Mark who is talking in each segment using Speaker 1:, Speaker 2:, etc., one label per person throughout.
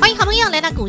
Speaker 1: 欢迎好朋友来到股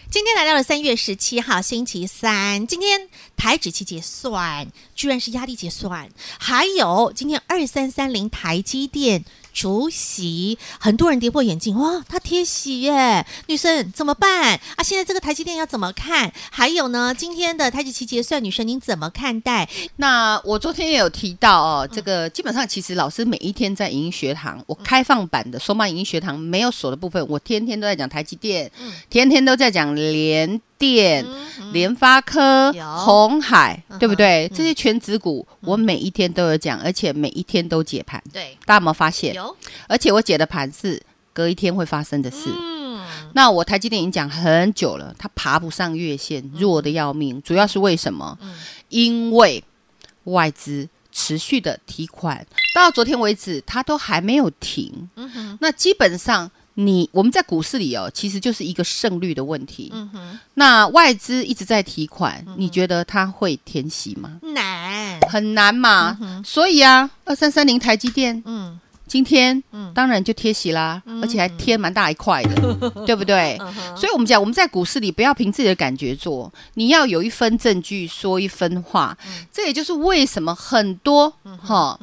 Speaker 1: 今天来到了三月十七号星期三，今天台指期结算居然是压力结算，还有今天二三三零台积电。除夕，很多人跌破眼镜，哇，它贴息耶！女生怎么办啊？现在这个台积电要怎么看？还有呢，今天的台积期结算，女生您怎么看待？
Speaker 2: 那我昨天也有提到哦，这个基本上其实老师每一天在影音学堂，我开放版的索马影音学堂没有锁的部分，我天天都在讲台积电，
Speaker 1: 嗯
Speaker 2: 天天都在讲联电、联发科
Speaker 1: 有、
Speaker 2: 红海
Speaker 1: 嗯哼，
Speaker 2: 对不对？
Speaker 1: 嗯
Speaker 2: 这些全指股我每一天都有讲，而且每一天都解盘，
Speaker 1: 对，
Speaker 2: 大家有没有发现？
Speaker 1: 有，
Speaker 2: 而且我解的盘是隔一天会发生的事。
Speaker 1: 嗯，
Speaker 2: 那我台积电已经讲很久了，它爬不上月线，弱的要命。主要是为什么？
Speaker 1: 嗯
Speaker 2: 因为外资持续的提款，到昨天为止，它都还没有停。
Speaker 1: 嗯哼，
Speaker 2: 那基本上你我们在股市里哦，其实就是一个胜率的问题。
Speaker 1: 嗯哼。嗯
Speaker 2: 那外资一直在提款，你觉得它会填息吗？
Speaker 1: 难，
Speaker 2: 很难嘛。所以啊，二三三零台积电
Speaker 1: 嗯，
Speaker 2: 今天，
Speaker 1: 嗯
Speaker 2: 当然就贴息啦，而且还贴蛮大一块的， 对不对？所以，我们讲，我们在股市里不要凭自己的感觉做，你要有一分证据说一分话。
Speaker 1: 嗯
Speaker 2: 这也就是为什么很多哈，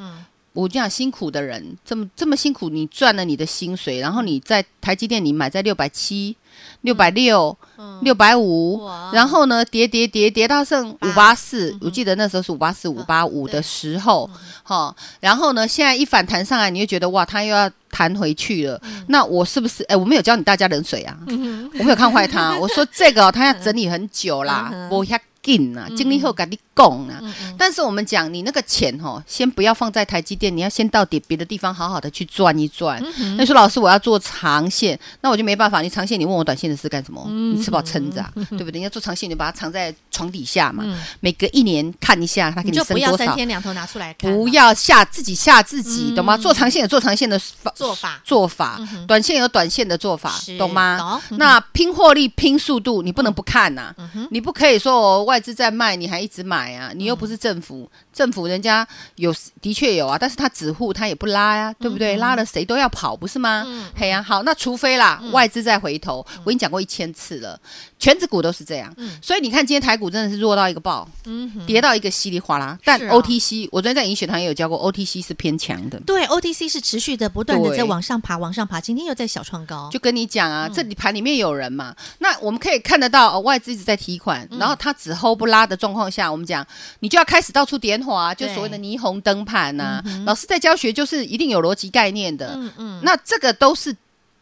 Speaker 2: 我讲辛苦的人，这么这么辛苦，你赚了你的薪水，然后你在台积电你买在六百七、六百六、六百五
Speaker 1: 嗯哇，嗯
Speaker 2: 然后呢跌跌跌跌到剩五八四，我记得那时候是五八四、五八五的时候，
Speaker 1: 嗯
Speaker 2: 哈，然后呢现在一反弹上来，你就觉得哇，它又要弹回去了。
Speaker 1: 嗯
Speaker 2: 那我是不是？哎，我没有教你大家冷水啊，我没有看坏它。我说 这个哦它要整理很久
Speaker 1: 嗯
Speaker 2: 啦
Speaker 1: 哼，
Speaker 2: 不要紧啊，经理后跟你讲啊。
Speaker 1: 嗯嗯，
Speaker 2: 但是我们讲，你那个钱哦，先不要放在台积电，你要先到底别的地方好好的去赚一赚。
Speaker 1: 嗯
Speaker 2: 那、说老师，我要做长线，那我就没办法。你长线，你问我短线的事干什么？
Speaker 1: 嗯
Speaker 2: 你吃饱撑着、啊，对 不对？你要做长线，你就把它藏在床底下嘛。
Speaker 1: 嗯
Speaker 2: 每隔一年看一下，它给
Speaker 1: 你
Speaker 2: 你
Speaker 1: 就
Speaker 2: 升
Speaker 1: 不要
Speaker 2: 多
Speaker 1: 三
Speaker 2: 少。
Speaker 1: 天两头拿出来看，啊
Speaker 2: 不要吓自己吓自己，
Speaker 1: 嗯
Speaker 2: 懂吗？做长线有做长线的法
Speaker 1: 做法
Speaker 2: 做法、
Speaker 1: 嗯哼
Speaker 2: 短线有短线的做法
Speaker 1: 是，
Speaker 2: 懂吗？
Speaker 1: 懂，嗯
Speaker 2: 那拼获利、拼速度，你不能不看呐、你不可以说我外资在卖，你还一直买啊！你又不是政府，
Speaker 1: 嗯
Speaker 2: 政府人家有的确有啊，但是他只护他也不拉
Speaker 1: 嗯
Speaker 2: 呀、对不对？拉了谁都要跑，不是吗？嘿呀、好，那除非啦，
Speaker 1: 嗯
Speaker 2: 外资再回头，我已经讲过一千次了，全指股都是这样。所以你看，今天台股真的是弱到一个爆，
Speaker 1: 嗯哼，
Speaker 2: 跌到一个稀里哗啦。但
Speaker 1: 是啊
Speaker 2: OTC，、我昨天在银学堂也有教过，OTC 是偏强的。
Speaker 1: 对，OTC 是持续的不断的在
Speaker 2: 对
Speaker 1: 往上爬，往上爬，今天又在小创高，
Speaker 2: 就跟你讲
Speaker 1: 嗯
Speaker 2: 啊，这里盘里面有人嘛，那我们可以看得到、呃外资一直在提款，
Speaker 1: 嗯
Speaker 2: 然后他只 hold 不拉的状况下，我们讲你就要开始到处点火啊，就
Speaker 1: 对
Speaker 2: 所谓的霓虹灯盘呐、老师在教学就是一定有逻辑概念的，
Speaker 1: 嗯嗯，
Speaker 2: 那这个都是。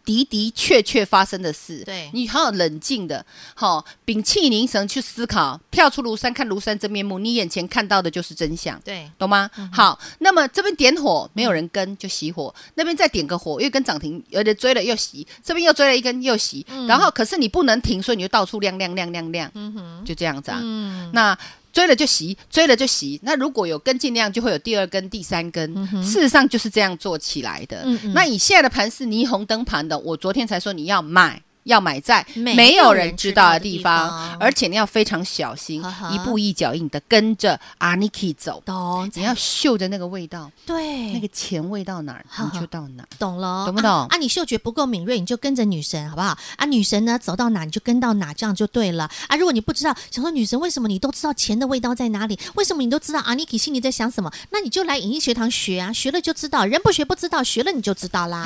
Speaker 2: 的的确确发生的事，
Speaker 1: 对
Speaker 2: 你好好冷静的，好、屏气凝神去思考，跳出庐山看庐山真面目，你眼前看到的就是真相。
Speaker 1: 对，嗯
Speaker 2: 懂吗？好，那么这边点火没有人跟就熄火，
Speaker 1: 嗯
Speaker 2: 那边再点个火又跟涨停，有的追了又熄，这边又追了一根又熄，然后可是你不能停，所以你就到处亮亮亮亮亮，
Speaker 1: 嗯哼，
Speaker 2: 就这样子啊。
Speaker 1: 嗯，
Speaker 2: 那追了就洗，追了就洗。那如果有跟进量，就会有第二根、第三根。事实上就是这样做起来的。
Speaker 1: 嗯嗯
Speaker 2: 那以现在的盘是霓虹灯盘的，我昨天才说你要买。要买在
Speaker 1: 没
Speaker 2: 没
Speaker 1: 有
Speaker 2: 有
Speaker 1: 人
Speaker 2: 人
Speaker 1: 知
Speaker 2: 知
Speaker 1: 道
Speaker 2: 道
Speaker 1: 的
Speaker 2: 的
Speaker 1: 地
Speaker 2: 地
Speaker 1: 方
Speaker 2: 方，而且你要非常小心
Speaker 1: 呵呵，
Speaker 2: 一步一脚印的跟着阿尼基走。
Speaker 1: 懂，
Speaker 2: 你要嗅着那个味道，
Speaker 1: 对
Speaker 2: 那个钱味到哪儿，
Speaker 1: 呵呵
Speaker 2: 你就到哪儿。
Speaker 1: 懂了，
Speaker 2: 懂不懂
Speaker 1: 啊？啊你嗅觉不够敏锐，你就跟着女神好不好？啊，女神呢走到哪你就跟到哪，这样就对了。啊，如果你不知道，想说女神为什么你都知道钱的味道在哪里，为什么你都知道阿尼基心里在想什么，那你就来影音学堂学啊，学了就 知道，人不学不知道，学了你就知道啦。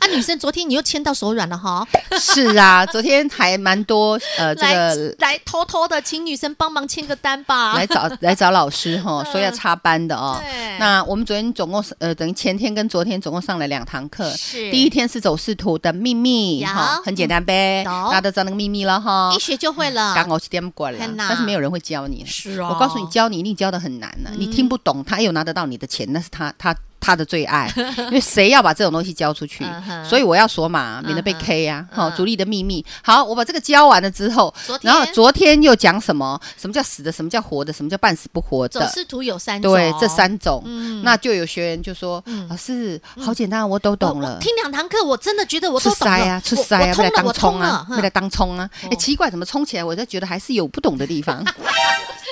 Speaker 1: 啊，女神昨天你又牵到手软了哈，
Speaker 2: 是是啊，昨天还蛮多呃，这个
Speaker 1: 来来偷偷的请女生帮忙签个单吧。
Speaker 2: 来 找来找老师哈，说要插班的哦。
Speaker 1: 嗯对
Speaker 2: 那我们昨天总共是呃，等于前天跟昨天总共上了两堂课。
Speaker 1: 是
Speaker 2: 呃第一天是走势图的秘密
Speaker 1: 有嗯
Speaker 2: 哈，很简单呗，
Speaker 1: 懂
Speaker 2: 大家都知道那个秘密了哈
Speaker 1: 一。学就会了，
Speaker 2: 哦嗯刚好是点过了，
Speaker 1: 天哪
Speaker 2: 但是没有人会教你。
Speaker 1: 是哦嗯
Speaker 2: 我告诉你，教你一定教的很难呢、你听不懂，他又拿得到你的钱，那是他他他的最爱，因为谁要把这种东西交出去
Speaker 1: 嗯？哼
Speaker 2: 所以我要锁码，免得被
Speaker 1: 嗯哼
Speaker 2: K 呀、啊。好、
Speaker 1: 嗯
Speaker 2: 主力的秘密。好，我把这个教完了之后
Speaker 1: 昨，天
Speaker 2: 然后昨天又讲什么？什么叫死的？什么叫活的？什么叫半死不活
Speaker 1: 走
Speaker 2: 的？
Speaker 1: 势图有三种，
Speaker 2: 对，这三种，
Speaker 1: 嗯
Speaker 2: 那就有学员就说：“老师，好简单，我都懂
Speaker 1: 我
Speaker 2: 了
Speaker 1: 我。”听两堂课，我真的觉得我
Speaker 2: 出
Speaker 1: 都懂了，
Speaker 2: 塞啊，出
Speaker 1: 我
Speaker 2: 塞啊，
Speaker 1: 我通了，
Speaker 2: 未来当
Speaker 1: 我通
Speaker 2: 冲
Speaker 1: 了
Speaker 2: 啊，，
Speaker 1: 哼
Speaker 2: 未来当冲啊！哎
Speaker 1: 哦，
Speaker 2: 奇怪，怎么冲起来？我就觉得还是有不懂的地方。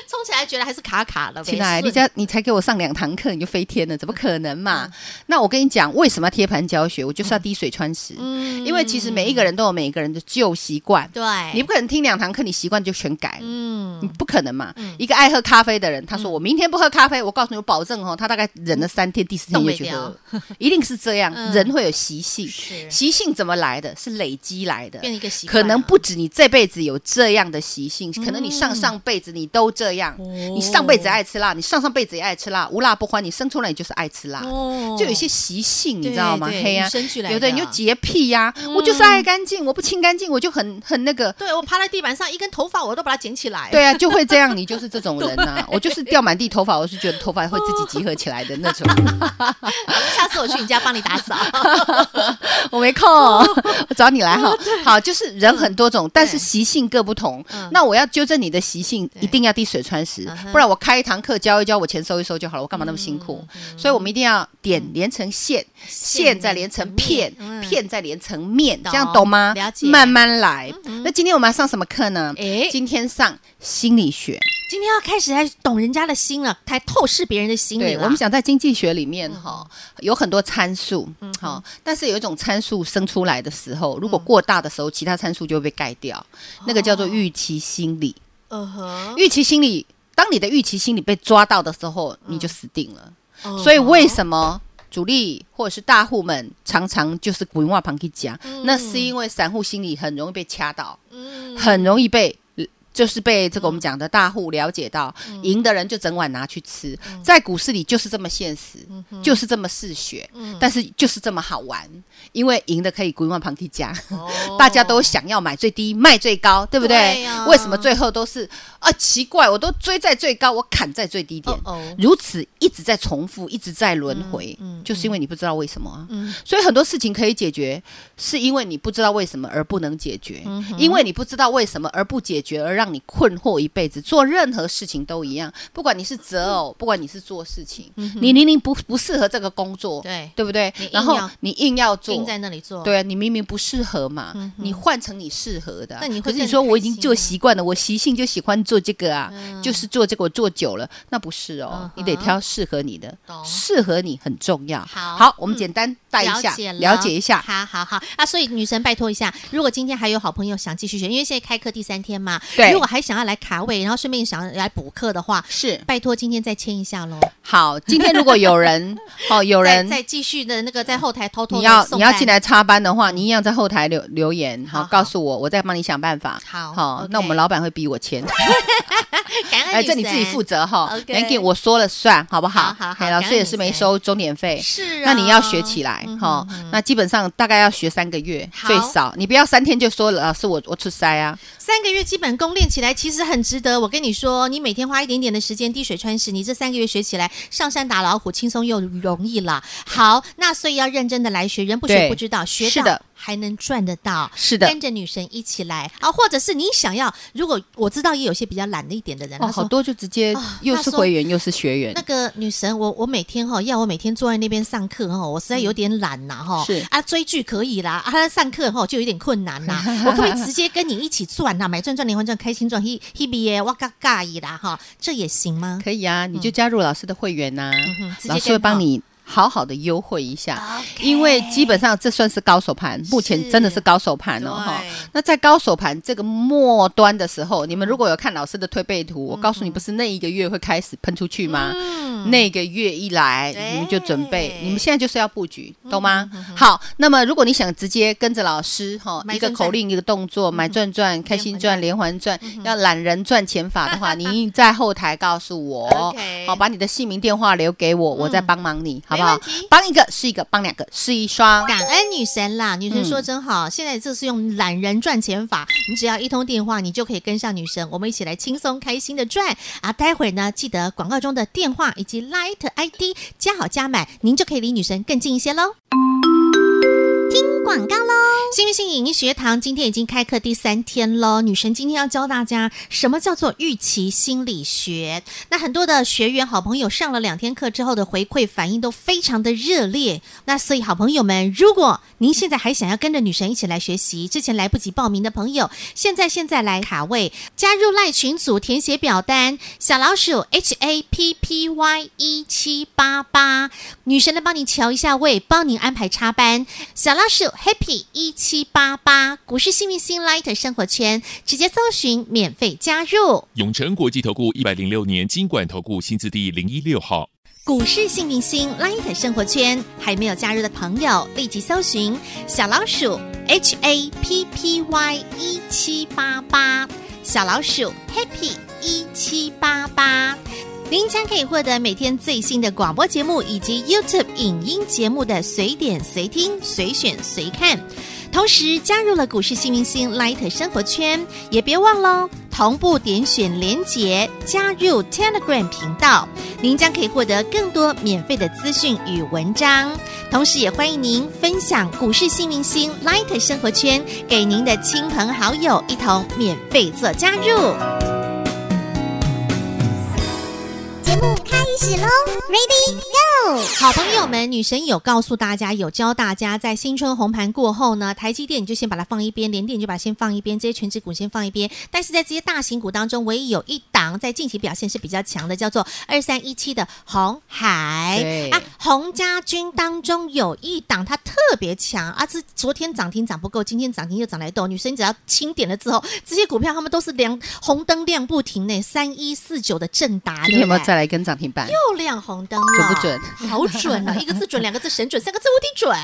Speaker 1: 冲起来觉得还是卡卡了，
Speaker 2: 亲爱，
Speaker 1: 没顺
Speaker 2: 你
Speaker 1: 嗯
Speaker 2: 家你才给我上两堂课，你就飞天了，怎么可能嘛？那我跟你讲，为什么要贴盘教学？我就是要滴水穿石，
Speaker 1: 嗯
Speaker 2: 因为其实每一个人都有每一个人的旧习惯，
Speaker 1: 对，
Speaker 2: 你不可能听两堂课你习惯就全改了。
Speaker 1: 哎嗯
Speaker 2: 你不可能嘛！一个爱喝咖啡的人，他说我明天不喝咖啡，我告诉你，我保证哦，他大概忍了三天，第四天
Speaker 1: 动
Speaker 2: 就
Speaker 1: 不
Speaker 2: 去
Speaker 1: 了
Speaker 2: 喝， 一定是这样。
Speaker 1: 嗯
Speaker 2: 人会有习性，
Speaker 1: 是
Speaker 2: 习性怎么来的？是累积来的，
Speaker 1: 变成一个习惯
Speaker 2: 可
Speaker 1: 了，嗯
Speaker 2: 能不止你这辈子有这样的习性，可能你上上辈子你都这样。
Speaker 1: 哦
Speaker 2: 你上辈子爱吃辣，你上上辈子也爱吃辣，无辣不欢。你生出来你就是爱吃辣的，
Speaker 1: 哦
Speaker 2: 就有一些习性，你
Speaker 1: 对
Speaker 2: 知道吗？
Speaker 1: 对
Speaker 2: 黑
Speaker 1: 与
Speaker 2: 啊
Speaker 1: 生俱来，的嗯
Speaker 2: 有的人就洁癖呀，我就是爱干净，我不清干净我就很很那个。
Speaker 1: 对我趴在地板上，一根头发我都把它捡起来，
Speaker 2: 对啊，就会这样，你就是这种人呐、我就是掉满地头发，我是觉得头发会自己集合起来的那种。
Speaker 1: 下次我去你家帮你打 扫，
Speaker 2: 我没空， 我找你来 哈。好，就是人很多种，但是习性各不同
Speaker 1: 嗯。
Speaker 2: 那我要纠正你的习性，一定要滴水穿石
Speaker 1: 嗯，哼
Speaker 2: 不然我开一堂课教一教，我钱收一收就好了，我干嘛那么辛苦？
Speaker 1: 嗯
Speaker 2: 所以我们一定要点连成线，线再连成片
Speaker 1: 成面嗯，
Speaker 2: 片再连成面，
Speaker 1: 懂
Speaker 2: 这样懂吗？
Speaker 1: 了解嗯
Speaker 2: 慢慢来。那今天我们要上什么课呢？
Speaker 1: 哎
Speaker 2: 今天上心理学。
Speaker 1: 今天要开始来懂人家的心了，才透视别人的心理嗯
Speaker 2: 对，
Speaker 1: 了。
Speaker 2: 我们讲在经济学里面哈，有很多参数，
Speaker 1: 嗯
Speaker 2: 好，但是有一种参数生出来的时候，如果过大的时候，其他参数就会被盖掉，那个叫做预期心理。
Speaker 1: 哦嗯哼，
Speaker 2: 预期心理，当你的预期心理被抓到的时候，你就死定了。
Speaker 1: 嗯
Speaker 2: 所以为什么？主力或者是大户们常常就是股话旁去讲，那是因为散户心理很容易被掐到，
Speaker 1: 嗯
Speaker 2: 很容易被。呃就是被这个我们讲的大户了解到，
Speaker 1: 嗯
Speaker 2: 赢的人就整碗拿去吃，在股市里就是这么现实，
Speaker 1: 嗯
Speaker 2: 就是这么嗜血，但是就是这么好玩，因为赢的可以滚往旁提加， 大家都想要买最低卖最高，对不
Speaker 1: 哦对
Speaker 2: 对
Speaker 1: 呀？
Speaker 2: 为什么最后都是啊？奇怪，我都追在最高，我砍在最低点
Speaker 1: 哦哦，嗯
Speaker 2: 如此一直在重复，一直在轮回，就是因为你不知道为什么啊。所以很多事情可以解决，是因为你不知道为什么而不能解决，
Speaker 1: 嗯
Speaker 2: 因为你不知道为什么而不解决，而让你困惑一辈子。做任何事情都一样，不管你是择
Speaker 1: 嗯
Speaker 2: 偶，不管你是做事情，你明明不不适合这个工作，
Speaker 1: 对
Speaker 2: 对不对
Speaker 1: 你硬？
Speaker 2: 然后
Speaker 1: 要
Speaker 2: 你硬要做
Speaker 1: 定。在那里做，
Speaker 2: 对啊，你明明不适合嘛，你换成你适合的啊、
Speaker 1: 嗯那你会
Speaker 2: 可是
Speaker 1: 更
Speaker 2: 你说我已经
Speaker 1: 开心
Speaker 2: 做
Speaker 1: 啊
Speaker 2: 习惯了，我习性就喜欢做这个啊，就是做这个我做久了，那不是哦，
Speaker 1: 嗯
Speaker 2: 你得
Speaker 1: 哼
Speaker 2: 挑适合你的
Speaker 1: 懂，
Speaker 2: 适合你很重要。
Speaker 1: 好
Speaker 2: 我们
Speaker 1: 嗯
Speaker 2: 简单带一下，
Speaker 1: 解了
Speaker 2: 了解一下，
Speaker 1: 好好好啊！所以女神拜托一下，如果今天还有好朋友想继续学，因为现在开课第三天嘛，
Speaker 2: 对
Speaker 1: 如果还想要来卡位，然后顺便想要来补课的话，
Speaker 2: 是
Speaker 1: 拜托今天再签一下喽。
Speaker 2: 好。今天如果有 人哦，有
Speaker 1: 再
Speaker 2: 人
Speaker 1: 再继续的那个在后台偷偷
Speaker 2: 你
Speaker 1: 地
Speaker 2: 要
Speaker 1: 送
Speaker 2: 你要
Speaker 1: 单嗯
Speaker 2: 进来插班的话，你一样在后台留留言，好
Speaker 1: 好
Speaker 2: 告诉我，我再帮你想办法。
Speaker 1: 好
Speaker 2: 好
Speaker 1: OK，
Speaker 2: 那我们老板会逼我签，
Speaker 1: 感恩
Speaker 2: 哎，这你自己
Speaker 1: 负
Speaker 2: 负责哈
Speaker 1: OK，
Speaker 2: 能给我说了算，好不好
Speaker 1: 好好？好
Speaker 2: 哎老
Speaker 1: 感
Speaker 2: 师
Speaker 1: 恩
Speaker 2: 也
Speaker 1: 你
Speaker 2: 是没
Speaker 1: 神
Speaker 2: 收钟点费，
Speaker 1: 是啊，
Speaker 2: 那你要学起来
Speaker 1: 嗯
Speaker 2: 哈、那基本上大概要学三个月
Speaker 1: 好
Speaker 2: 最少，你不要三天就说了老师我我出塞啊，
Speaker 1: 三个月基本功练起来，其实很值得。我跟你说，你每天花一点点的时间滴水穿石，你这三个月学起来，上山打老虎轻松又容易了。好，那所以要认真的来学，人不学
Speaker 2: 对
Speaker 1: 不知道，学
Speaker 2: 是
Speaker 1: 到
Speaker 2: 的
Speaker 1: 还能赚得到。
Speaker 2: 是的
Speaker 1: 跟着女神一起来啊，或者是你想要，如果我知道也有些比较懒的一点的人，
Speaker 2: 哦，
Speaker 1: 他说
Speaker 2: 好多就直接
Speaker 1: 啊
Speaker 2: 又
Speaker 1: 他
Speaker 2: 是
Speaker 1: 说
Speaker 2: 会员又是学员
Speaker 1: 那，个女神，我我每天哈、要我每天坐在那边上课哈、我实在有点懒呐哈。
Speaker 2: 嗯是
Speaker 1: 啊，追剧可以啦，啊，上课哈、就有点困难 啦。我可不可以直接跟你一起赚呐、买赚赚连环赚，开心赚，he he b 耶，我嘎嘎意啦哈、这也行吗？
Speaker 2: 可以啊，你就加入老师的会员呐、
Speaker 1: 嗯哼直接
Speaker 2: 老师
Speaker 1: 跟
Speaker 2: 会帮
Speaker 1: 到
Speaker 2: 你好好的优惠一下。
Speaker 1: OK
Speaker 2: 因为基本上这算是高手盘，目前真的是高手盘哦哈
Speaker 1: 对。嗯
Speaker 2: 那在高手盘这个末端的时候，你们如果有看老师的推背图，我告诉你，不是那一个月会开始喷出去吗？
Speaker 1: 嗯
Speaker 2: 那个月一来，
Speaker 1: 对
Speaker 2: 你们就准备，你们现在就是要布局，懂吗？
Speaker 1: 哎嗯
Speaker 2: 好，那么如果你想直接跟着老师哈，
Speaker 1: 买嗯
Speaker 2: 一个
Speaker 1: 转转
Speaker 2: 口令一个动作，买转转、开心转、
Speaker 1: 转
Speaker 2: 连环转，
Speaker 1: 嗯
Speaker 2: 要懒人赚钱法的话，你在后台告诉我
Speaker 1: OK，嗯
Speaker 2: 好，把你的姓名、电话留给我，我再帮忙你，好不好
Speaker 1: 没问题？
Speaker 2: 帮一个是一个，帮两个是一双。
Speaker 1: 感恩女神啦，女神说真好，现在这是用懒人赚钱法，你只要一通电话，你就可以跟上女神，我们一起来轻松开心的赚啊！待会儿呢，记得广告中的电话以及 Light ID 加好加满，您就可以离女神更近一些喽。听广告喽！幸运星影音学堂今天已经开课第三天喽。女神今天要教大家什么叫做预期心理学。那很多的学员、好朋友上了两天课之后的回馈反应都非常的热烈。那所以，好朋友们，如果您现在还想要跟着女神一起来学习，之前来不及报名的朋友，现在现在来卡位，加入赖群组，填写表单，小老鼠 H A P P Y 一七八八，女神来帮你瞧一下位，帮您安排插班。小老鼠 Happy 一七八八，股市幸运星 Light 生活圈，直接搜寻免费加入。
Speaker 3: 永诚国际投顾一百零六年金管投顾新字第零一六号。
Speaker 1: 股市幸运星 Light 生活圈还没有加入的朋友，立即搜寻小老鼠 H A P P Y 一七八八，小老鼠 Happy 一七八八。您将可以获得每天最新的广播节目以及 YouTube 影音节目的随点随听、随选随看。同时加入了股市幸运星 Light 生活圈，也别忘了哦同步点选连结加入 Telegram 频道，您将可以获得更多免费的资讯与文章。同时，也欢迎您分享股市幸运星 Light 生活圈给您的亲朋好友，一同免费做加入。好朋友们，女神有告诉大家，有教大家在新春红盘过后呢，台积电你就先把它放一边，联电你就把它先放一边，这些全指股先放一边。但是在这些大型股当中，唯一有一档在近期表现是比较强的，叫做二三一七的红海
Speaker 2: 对
Speaker 1: 啊。红家军当中有一档它特别强啊，这昨天涨停涨不够，今天涨停又涨来斗。女生只要清点了之后，这些股票它们都是亮红灯亮不停呢。三一四九的正达，
Speaker 2: 今天有没
Speaker 1: 对不对
Speaker 2: 有再来跟涨停板？
Speaker 1: 又亮红灯了，
Speaker 2: 准不准？
Speaker 1: 好准 啊！一个字准，两个字神准，三个字无敌准。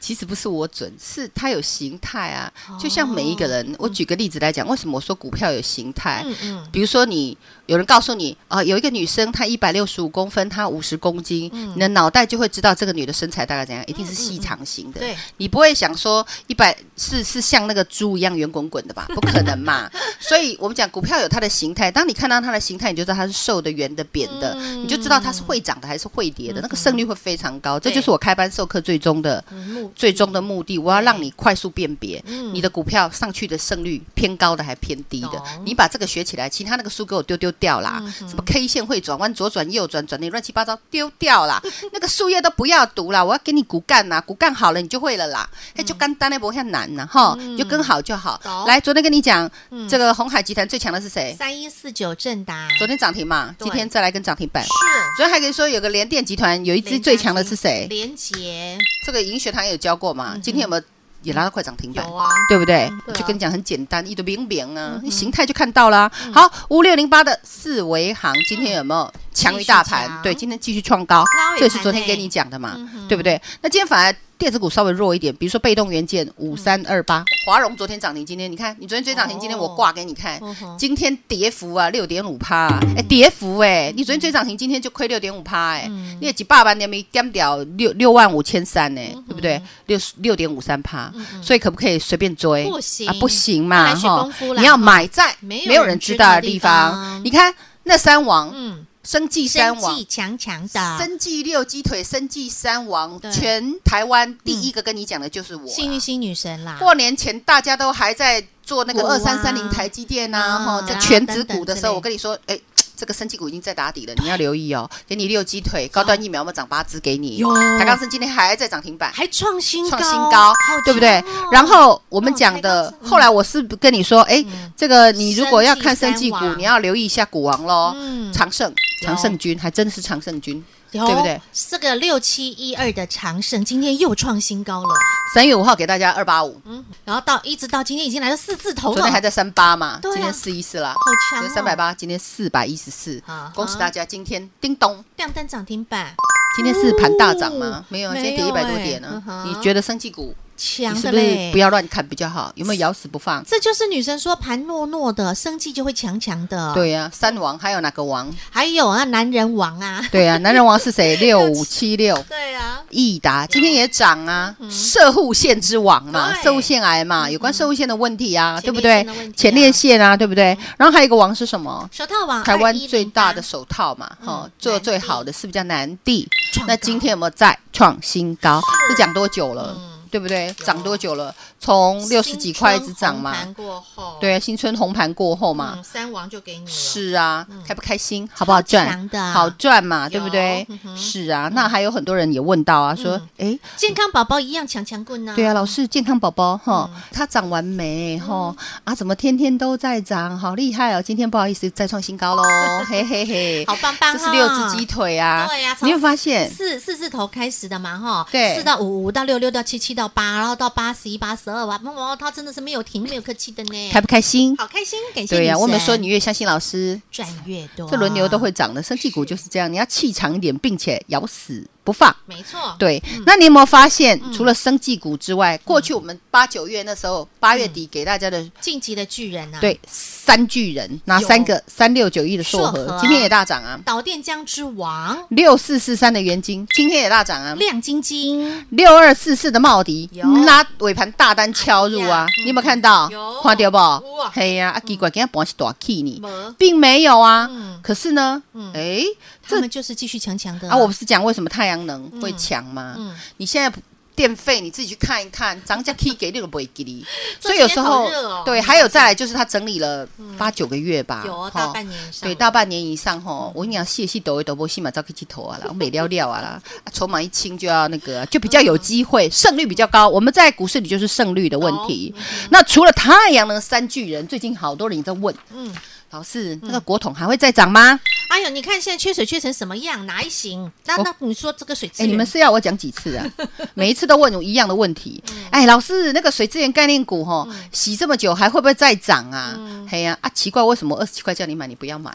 Speaker 2: 其实不是我准，是它有形态啊。
Speaker 1: 哦
Speaker 2: 就像每一个人，我举个例子来讲，为什么我说股票有形态？
Speaker 1: 嗯嗯，
Speaker 2: 比如说你有人告诉你，啊，有一个女生她一百六十五公分，她五十公斤，
Speaker 1: 嗯
Speaker 2: 你的脑袋就会知道这个女的身材大概怎样，一定是细长型的。
Speaker 1: 对，
Speaker 2: 你不会想说一百是是像那个猪一样圆滚滚 的吧？不可能嘛！所以我们讲股票有它的形态，当你看到它的形态，你就知道它是瘦的、圆的、扁的，
Speaker 1: 嗯
Speaker 2: 你就知道它是会涨的还是会跌的，那个胜率会非常高。这
Speaker 1: 对
Speaker 2: 就是我开班授课最终的
Speaker 1: 目
Speaker 2: 最终的目的，我要让你快速辨别
Speaker 1: 嗯
Speaker 2: 你的股票上去的胜率偏高的还偏低的
Speaker 1: 懂。
Speaker 2: 你把这个学起来，其他那个书给我丢丢掉啦，什么 K 线会转弯、左转右转、转的乱七八糟丢掉啦，那个树叶都不要读啦，我要给你骨干啊啦，骨干好了你就会了啦。哎，就干单那不像难呐哈，你就跟好就好
Speaker 1: 懂。
Speaker 2: 来，昨天跟你讲，这个红海集团最强的是谁？
Speaker 1: 三一四九正达
Speaker 2: 昨天涨停嘛，
Speaker 1: 对
Speaker 2: 今天再来跟涨停板。
Speaker 1: 是
Speaker 2: 昨天还跟你说有个联电集团有一只最强的是谁？
Speaker 1: 连杰
Speaker 2: 这个银学堂也有教过嘛，今天有没有也拉到快涨停板
Speaker 1: 有？啊，
Speaker 2: 对不对？
Speaker 1: 对啊嗯
Speaker 2: 就跟你讲很简单，一堆明明啊，形态就看到啦。好，五六零八的四维行今天有没有强于大
Speaker 1: 继续强
Speaker 2: 盘？对，今天继续创高
Speaker 1: 拉尾盘，欸
Speaker 2: 这也是昨天
Speaker 1: 呢
Speaker 2: 跟你讲的嘛，
Speaker 1: 嗯
Speaker 2: 对不对？那今天反而电子股稍微弱一点，比如说被动元件五三二
Speaker 1: 嗯
Speaker 2: 八，华融昨天涨停，今天你看，你昨天追涨停，今天我挂给你看
Speaker 1: 嗯哼，
Speaker 2: 今天跌幅啊六点五趴，
Speaker 1: 嗯
Speaker 2: 哎，跌幅哎，你昨天追涨停，今天就亏六点五趴哎，
Speaker 1: 嗯
Speaker 2: 你也几百万你没减掉六六万五千三呢，对不对？六六点五三趴，所以可不可以随便追？
Speaker 1: 嗯不行
Speaker 2: 啊，不
Speaker 1: 要来
Speaker 2: 行嘛
Speaker 1: 学
Speaker 2: 哈
Speaker 1: 功夫，啦
Speaker 2: 你要买在
Speaker 1: 没有
Speaker 2: 没有
Speaker 1: 人
Speaker 2: 人
Speaker 1: 知
Speaker 2: 知
Speaker 1: 道
Speaker 2: 道
Speaker 1: 的
Speaker 2: 的
Speaker 1: 地
Speaker 2: 地
Speaker 1: 方
Speaker 2: 方。你看那三王，
Speaker 1: 嗯，
Speaker 2: 生计三
Speaker 1: 生
Speaker 2: 王
Speaker 1: 气。强强的，
Speaker 2: 生计六鸡腿，生计三王
Speaker 1: 对，嗯
Speaker 2: 全台湾第一个跟你讲的就是我啦。啊
Speaker 1: 幸运星女神啦，
Speaker 2: 过年前大家都还在做那个
Speaker 1: 股啊
Speaker 2: 二三三零台积电呐，
Speaker 1: 嗯
Speaker 2: 哈，在
Speaker 1: 然后
Speaker 2: 全指股的时
Speaker 1: 等等之类
Speaker 2: 候，我跟你说，哎。这个生技股已经在打底了，你要留意哦。给你六鸡腿，高端疫苗我们涨八只给你
Speaker 1: 有。
Speaker 2: 台钢生今天还在涨停板，
Speaker 1: 还创新
Speaker 2: 创新高，
Speaker 1: 哦
Speaker 2: 对不对？然后我们讲的，后来我是跟你说，哎，这个你如果要看生技
Speaker 1: 生技
Speaker 2: 股
Speaker 1: 嗯三，王
Speaker 2: 你要留意一下股王喽
Speaker 1: 嗯。
Speaker 2: 长盛，
Speaker 1: 有
Speaker 2: 长盛军还真的是长盛军，
Speaker 1: 有
Speaker 2: 对不对？
Speaker 1: 这个六七一二的长盛今天又创新高了，
Speaker 2: 三月五号给大家二八五，
Speaker 1: 然后到一直到今天已经来到四字头
Speaker 2: 昨
Speaker 1: 了，
Speaker 2: 天还在三八嘛，
Speaker 1: 对啊
Speaker 2: 今天四一四啦，
Speaker 1: 好强、
Speaker 2: 昨
Speaker 1: 哦，
Speaker 2: 天三百八，今天四百一十四
Speaker 1: 啊，
Speaker 2: 恭喜大家！今天叮咚，
Speaker 1: 亮灯涨停板，
Speaker 2: 今天是盘大涨吗
Speaker 1: 哦？
Speaker 2: 没有，
Speaker 1: 没
Speaker 2: 今
Speaker 1: 有
Speaker 2: 天跌一百多点
Speaker 1: 哎嗯
Speaker 2: 呢
Speaker 1: 哼。
Speaker 2: 你觉得生技股你
Speaker 1: 强
Speaker 2: 是
Speaker 1: 的
Speaker 2: 不是
Speaker 1: 嘞，
Speaker 2: 不要乱看比较好？有没有咬死不放？
Speaker 1: 这就是女生说盘糯糯的，生计就会强强的。，
Speaker 2: 对呀，三王还有哪个王？
Speaker 1: 还有啊，男人王啊，
Speaker 2: 对呀，男人王 是谁？六五七六。
Speaker 1: 对啊，
Speaker 2: 益达今天也涨啊，射护腺之王嘛，
Speaker 1: 嗯对嗯
Speaker 2: 射护腺癌嘛，有关射护腺的问题啊，对
Speaker 1: 前列
Speaker 2: 不对
Speaker 1: 腺的问题啊？嗯
Speaker 2: 前列腺啊，对不对？然后还有一个王是什么？
Speaker 1: 手套王，
Speaker 2: 台湾最大的
Speaker 1: 2108
Speaker 2: 手套嘛，哈、
Speaker 1: 嗯
Speaker 2: 做
Speaker 1: 南
Speaker 2: 最
Speaker 1: 地
Speaker 2: 好的是不是叫南地？
Speaker 1: 创
Speaker 2: 那
Speaker 1: 高
Speaker 2: 今天有没有再创新
Speaker 1: 嗯
Speaker 2: 高？这讲多久了？对不对？涨多久了？从六十几块一直
Speaker 1: 啊新春
Speaker 2: 涨嘛
Speaker 1: 红盘，过后，
Speaker 2: 对，啊，新春红盘过后嘛，
Speaker 1: 嗯，三王就给你了，
Speaker 2: 是啊，开不开心？好不好
Speaker 1: 超强
Speaker 2: 赚
Speaker 1: 的？啊
Speaker 2: 好赚嘛，对不
Speaker 1: 有
Speaker 2: 对
Speaker 1: 嗯？哼
Speaker 2: 是啊，那还有很多人也问到啊，说，哎，
Speaker 1: 健康宝宝一样强强棍呢。
Speaker 2: 对啊，老师，健康宝宝哈，
Speaker 1: 嗯
Speaker 2: 它涨完没哈？啊，怎么天天都在涨？好厉害哦！今天不好意思，再创新 高喽，嘿嘿嘿，
Speaker 1: 好棒棒
Speaker 2: 这
Speaker 1: 哦，
Speaker 2: 是六只鸡腿啊！
Speaker 1: 对呀从
Speaker 2: 你有没有发现？
Speaker 1: 四四字头开始的嘛，哈，
Speaker 2: 对
Speaker 1: 四到五，五到六，六到七，七到八，然后到八十一、八十二哇，哇哇，他真的是没有停，没有客气的呢，
Speaker 2: 开不开心？
Speaker 1: 好开心，感谢
Speaker 2: 对呀、
Speaker 1: 女神
Speaker 2: 我们说你越相信老师，
Speaker 1: 赚越多，啊
Speaker 2: 这轮流都会涨的。生技股就是这样，你要气长一点，并且咬死不放。
Speaker 1: 没错，
Speaker 2: 对，那你有没有发现，
Speaker 1: 嗯
Speaker 2: 除了生技股之外，过去我们八九月那时候，八
Speaker 1: 嗯
Speaker 2: 月底给大家的
Speaker 1: 晋级的巨人啊，，
Speaker 2: 对三巨人，哪三个？三六九一的硕
Speaker 1: 硕和
Speaker 2: 和
Speaker 1: 啊，
Speaker 2: 今天也大涨啊。
Speaker 1: 导电江之王
Speaker 2: 六四四三的元金今天也大涨啊，
Speaker 1: 亮晶晶，
Speaker 2: 六二四四的茂迪
Speaker 1: 有
Speaker 2: 拉尾盘大单敲入啊，
Speaker 1: 哎呀
Speaker 2: 你有没有看到？
Speaker 1: 有
Speaker 2: 看到不
Speaker 1: 有啊？
Speaker 2: 嘿呀，啊奇怪，今天盘是大 K 你
Speaker 1: 没，
Speaker 2: 并没有啊
Speaker 1: 嗯。
Speaker 2: 可是呢，哎，
Speaker 1: 他
Speaker 2: 这
Speaker 1: 们就是继续强强的
Speaker 2: 啊，我不是讲为什么太阳能会强
Speaker 1: 嗯
Speaker 2: 吗？你现在电费你自己去看一看，涨价 K 给你都不会给你。所以有时候
Speaker 1: 这几天好热哦
Speaker 2: 对，还有再来就是它整理了八九个月吧，
Speaker 1: 有啊
Speaker 2: 哦
Speaker 1: 大半年以上，嗯
Speaker 2: 对，大半年以上吼，我跟你讲，戏戏抖一抖，不戏嘛，早可以去投啊啦，我美料料啊啦，啊筹码一清就要那个啊，就比较
Speaker 1: 嗯
Speaker 2: 有机会，胜率比较高。我们在股市里就是胜率的问
Speaker 1: 哦
Speaker 2: 题。那除了太阳能三巨人，最近好多人在问，
Speaker 1: 嗯
Speaker 2: 嗯，老师，那个国统还会再涨吗？
Speaker 1: 哎呦，你看现在缺水缺成什么样，哪一行？那
Speaker 2: 我
Speaker 1: 那你说这个水资
Speaker 2: 哦哎，
Speaker 1: 源，
Speaker 2: 你们是要我讲几次 啊？每一次都问我一样的问题。
Speaker 1: 嗯
Speaker 2: 哎，老师，那个水资源概念股吼，洗这么久还会不会再涨啊？
Speaker 1: 嗯
Speaker 2: 嘿呀，啊，奇怪，为什么二十七块叫你买你不要买？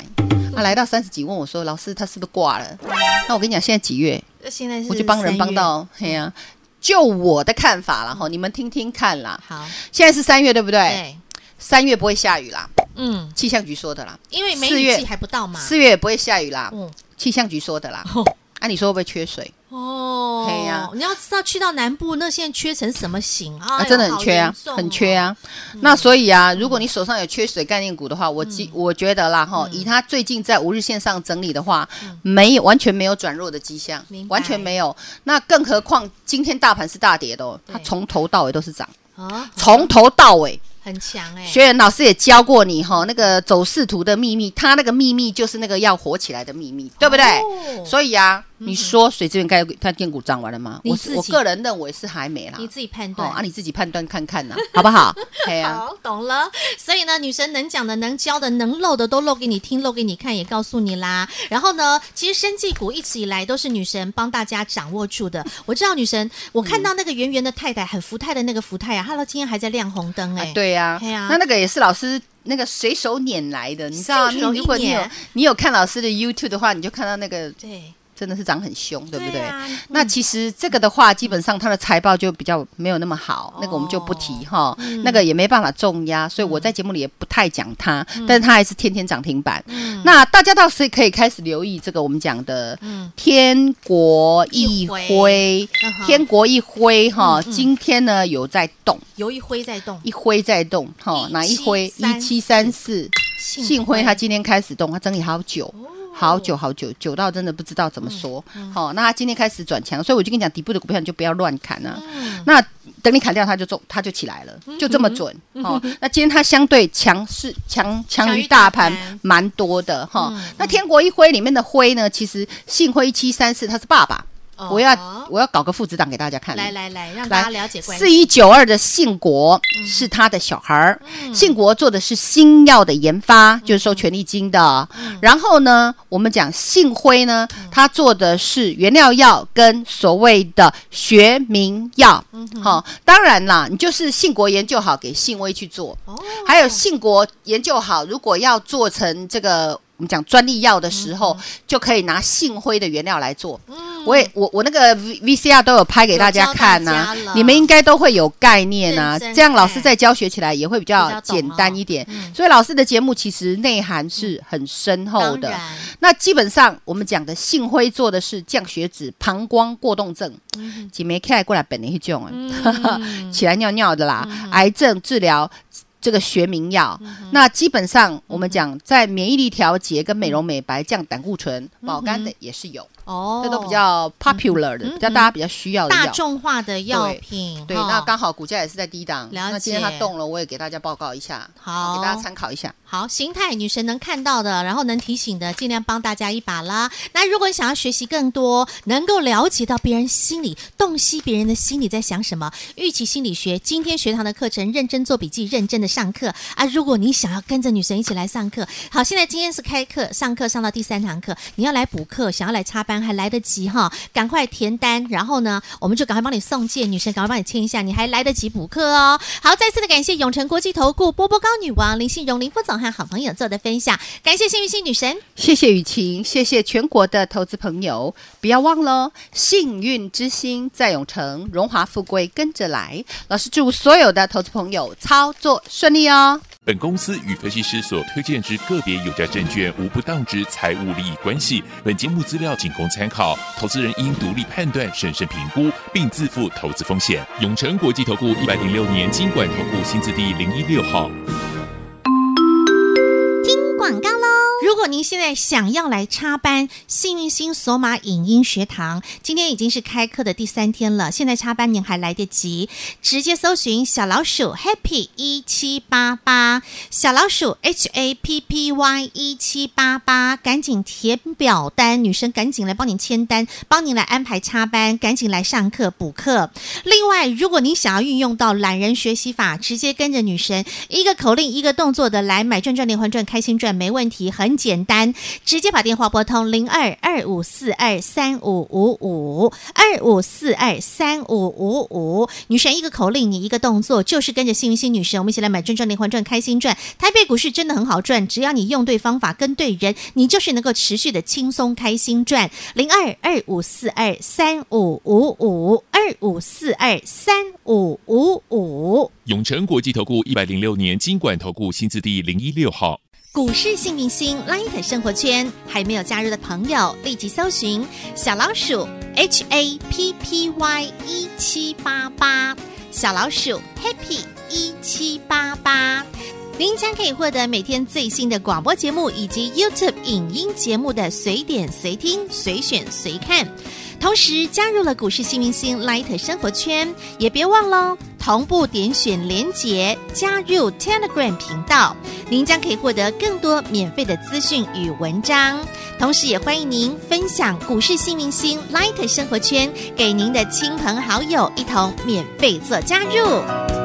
Speaker 2: 啊，来到三十几问我说，老师他是不是挂了？那我跟你讲，现在几月？
Speaker 1: 现嗯在是
Speaker 2: 我就帮人
Speaker 1: 三
Speaker 2: 帮
Speaker 1: 月
Speaker 2: 到，嘿呀。就我的看法啦，吼，你们听听看啦。
Speaker 1: 好，
Speaker 2: 现在是三月，对不对？
Speaker 1: 对，
Speaker 2: 三月不会下雨啦，
Speaker 1: 嗯，
Speaker 2: 气象局说的啦。
Speaker 1: 因为梅
Speaker 2: 四
Speaker 1: 雨
Speaker 2: 月
Speaker 1: 季还不到嘛，
Speaker 2: 四月也不会下雨啦，
Speaker 1: 嗯，
Speaker 2: 气象局说的啦
Speaker 1: 哦。
Speaker 2: 啊，你说会不会缺水？
Speaker 1: 哦，
Speaker 2: 嘿呀
Speaker 1: 你要知道去到南部，那现在缺成什么型啊
Speaker 2: 啊，真的很缺啊，
Speaker 1: 哦
Speaker 2: 很缺！啊。
Speaker 1: 嗯
Speaker 2: 那所以啊，如果你手上有缺水概念股的话，我记我觉得啦
Speaker 1: 嗯
Speaker 2: 哈，以它最近在五日线上整理的话，没有完全没有转弱的迹象
Speaker 1: 明白，
Speaker 2: 完全没有。那更何况今天大盘是大跌的哦，
Speaker 1: 对
Speaker 2: 它从头到尾都是涨，
Speaker 1: 好严重啊，
Speaker 2: 从头到尾。
Speaker 1: 很强哎，
Speaker 2: 学员老师也教过你哈，那个走势图的秘密，它那个秘密就是那个要火起来的秘密，对不对？
Speaker 1: 哦
Speaker 2: 所以啊，你说水资源概概念股涨完了吗？
Speaker 1: 你
Speaker 2: 我
Speaker 1: 自己
Speaker 2: 我个人认为是还没啦。
Speaker 1: 你自己判
Speaker 2: 哦，
Speaker 1: 断
Speaker 2: 啊，你自己判断看看呐、 好不好？哎呀、
Speaker 1: 好，懂了。所以呢，女神能讲的、能教的、能漏的都漏给你听，漏给你看，也告诉你啦。然后呢，其实生技股一直以来都是女神帮大家掌握住 的。我知道女神，我
Speaker 2: 嗯
Speaker 1: 看到那个圆圆的太太，很福泰的那个福泰啊，她到今天还在亮红灯哎、
Speaker 2: 啊，对呀、
Speaker 1: 嘿啊
Speaker 2: 那那个也是老师那个随手拈来的，你知道？
Speaker 1: 随
Speaker 2: 你
Speaker 1: 手
Speaker 2: 如果
Speaker 1: 一
Speaker 2: 你有
Speaker 1: 捻
Speaker 2: 你有看老师的 YouTube 的话，你就看到那个
Speaker 1: 对
Speaker 2: 真的是长很凶，对不对？
Speaker 1: 对啊
Speaker 2: 那其实这个的话，基本上它的财报就比较没有那么好，那个我们就不提
Speaker 1: 哦
Speaker 2: 哈，
Speaker 1: 嗯
Speaker 2: 那个也没办法重压，所以我在节目里也不太讲它，
Speaker 1: 嗯
Speaker 2: 但是它还是天天涨停板。那大家倒是可以开始留意这个我们讲的天国一
Speaker 1: 嗯一
Speaker 2: 辉
Speaker 1: 嗯哼，嗯
Speaker 2: 天国一辉哈，今天呢有在动，
Speaker 1: 由一辉在动，
Speaker 2: 一辉在动哈，哪一辉？一七三四。幸
Speaker 1: 辉
Speaker 2: 亏他今天开始动，他整理好久。
Speaker 1: 哦
Speaker 2: 好久好久，久到真的不知道怎么说。
Speaker 1: 嗯
Speaker 2: 好、那他今天开始转强，所以我就跟你讲，底部的股票你就不要乱砍啊。
Speaker 1: 嗯
Speaker 2: 那等你砍掉，它就中，它就起来了，就这么准。
Speaker 1: 嗯
Speaker 2: 哦，那今天它相对强势强强
Speaker 1: 强于
Speaker 2: 于大
Speaker 1: 大
Speaker 2: 盘
Speaker 1: 盘嗯
Speaker 2: 蛮多的哈、那天国一辉里面的辉呢，其实幸亏一七三四他是爸爸。
Speaker 1: 哦
Speaker 2: 我要我要搞个父子档给大家看。
Speaker 1: 来来来，让大家了解关系。嗯
Speaker 2: 四一九二的信国是他的小孩儿，信国做的是新药的研
Speaker 1: 嗯
Speaker 2: 发，就是收权利金的。然后呢，我们讲信辉呢，
Speaker 1: 嗯
Speaker 2: 他做的是原料药跟所谓的学名药。
Speaker 1: 嗯
Speaker 2: 好，当然啦，你就是信国研究好给信威去做，
Speaker 1: 哦，
Speaker 2: 还有信国研究好，如果要做成这个。我们讲专利药的时
Speaker 1: 嗯
Speaker 2: 候，就可以拿信辉的原料来做。我也我我那个 V V C R 都有拍给大家看呐、
Speaker 1: 有教大家了
Speaker 2: 你们应该都会有概念呐、
Speaker 1: 认真
Speaker 2: 这样老师
Speaker 1: 看
Speaker 2: 在教学起来也会比
Speaker 1: 比较
Speaker 2: 较
Speaker 1: 懂
Speaker 2: 简单一点。
Speaker 1: 嗯
Speaker 2: 所以老师的节目其实内涵是很深厚
Speaker 1: 当
Speaker 2: 的。
Speaker 1: 然，
Speaker 2: 那基本上我们讲的信辉做的是降血脂、膀胱过动症，
Speaker 1: 嗯
Speaker 2: 姐妹起来过来本来一种啊， 起来尿尿的啦，
Speaker 1: 嗯
Speaker 2: 癌症治疗。这个学名药，那基本上我们
Speaker 1: 嗯
Speaker 2: 讲在免疫力调节、跟美容美白、降胆固醇、保肝的也是有。
Speaker 1: 嗯哦，嗯
Speaker 2: 这都比较 popular 的，比较大家比较需要的
Speaker 1: 大
Speaker 2: 药。
Speaker 1: 众化的药品。
Speaker 2: 对，
Speaker 1: 哈
Speaker 2: 那刚好股价也是在低档，
Speaker 1: 了解
Speaker 2: 那今天它动了，我也给大家报告一下，
Speaker 1: 好
Speaker 2: 给大家参考一下。
Speaker 1: 好，形态女神能看到的，然后能提醒的，尽量帮大家一把啦。那如果你想要学习更多，能够了解到别人心里，洞悉别人的心里在想什么，预期心理学今天学堂的课程，认真做笔记，认真的上课啊！如果你想要跟着女神一起来上课，好，现在今天是开课，上课上到第三堂课，你要来补课，想要来插班还来得及哈，赶快填单，然后呢，我们就赶快帮你送件，女神赶快帮你签一下，你还来得及补课哦。好，再次的感谢永诚国际投顾波波高女王林信荣林副总和好朋友做的分享，感谢幸运星女神。
Speaker 2: 谢谢雨晴，谢谢全国的投资朋友，不要忘了哦，幸运之星在永城，荣华富贵跟着来。老师祝所有的投资朋友操作顺利哦。
Speaker 3: 本公司与分析师所推荐之个别有价证券无不当之财务利益关系。本节目资料仅供参考，投资人应独立判断、审慎评估，并自负投资风险。永诚国际投顾一百零六年经管投顾新字第零一六号。
Speaker 1: 广告喽！如果您现在想要来插班幸运星索马影音学堂，今天已经是开课的第三天了，现在插班您还来得及，直接搜寻小老鼠 Happy 一七八八，小老鼠 H A P P Y 一七八八，赶紧填表单，女生赶紧来帮你签单，帮你来安排插班，赶紧来上课补课。另外，如果您想要运用到懒人学习法，直接跟着女神一个口令一个动作的来买赚赚连环赚开心赚，没问题，很简单，直接把电话拨通零二二五四二三五五五二五四二三五五五。女神一个口令，你一个动作，就是跟着幸运星女神，我们一起来买赚赚连环赚开心赚。台北股市真的很好赚，只要你用对方法跟对人，你就是能够持续的轻松开心赚。零二二五四二三五五五二五四二三五五五。
Speaker 3: 永诚国际投顾一百零六年经管投顾新字第零一六号。
Speaker 1: 股市幸运星 Light 生活圈还没有加入的朋友，立即搜寻小老鼠 HAPPY 一七八八，小老鼠 Happy 一七八八。您将可以获得每天最新的广播节目以及 YouTube 影音节目的随点随听、随选随看。同时加入了股市幸运星 Light 生活圈，也别忘了哦同步点选连结加入 Telegram 频道。您将可以获得更多免费的资讯与文章，同时也欢迎您分享股市新明星 Light 生活圈给您的亲朋好友，一同免费做加入。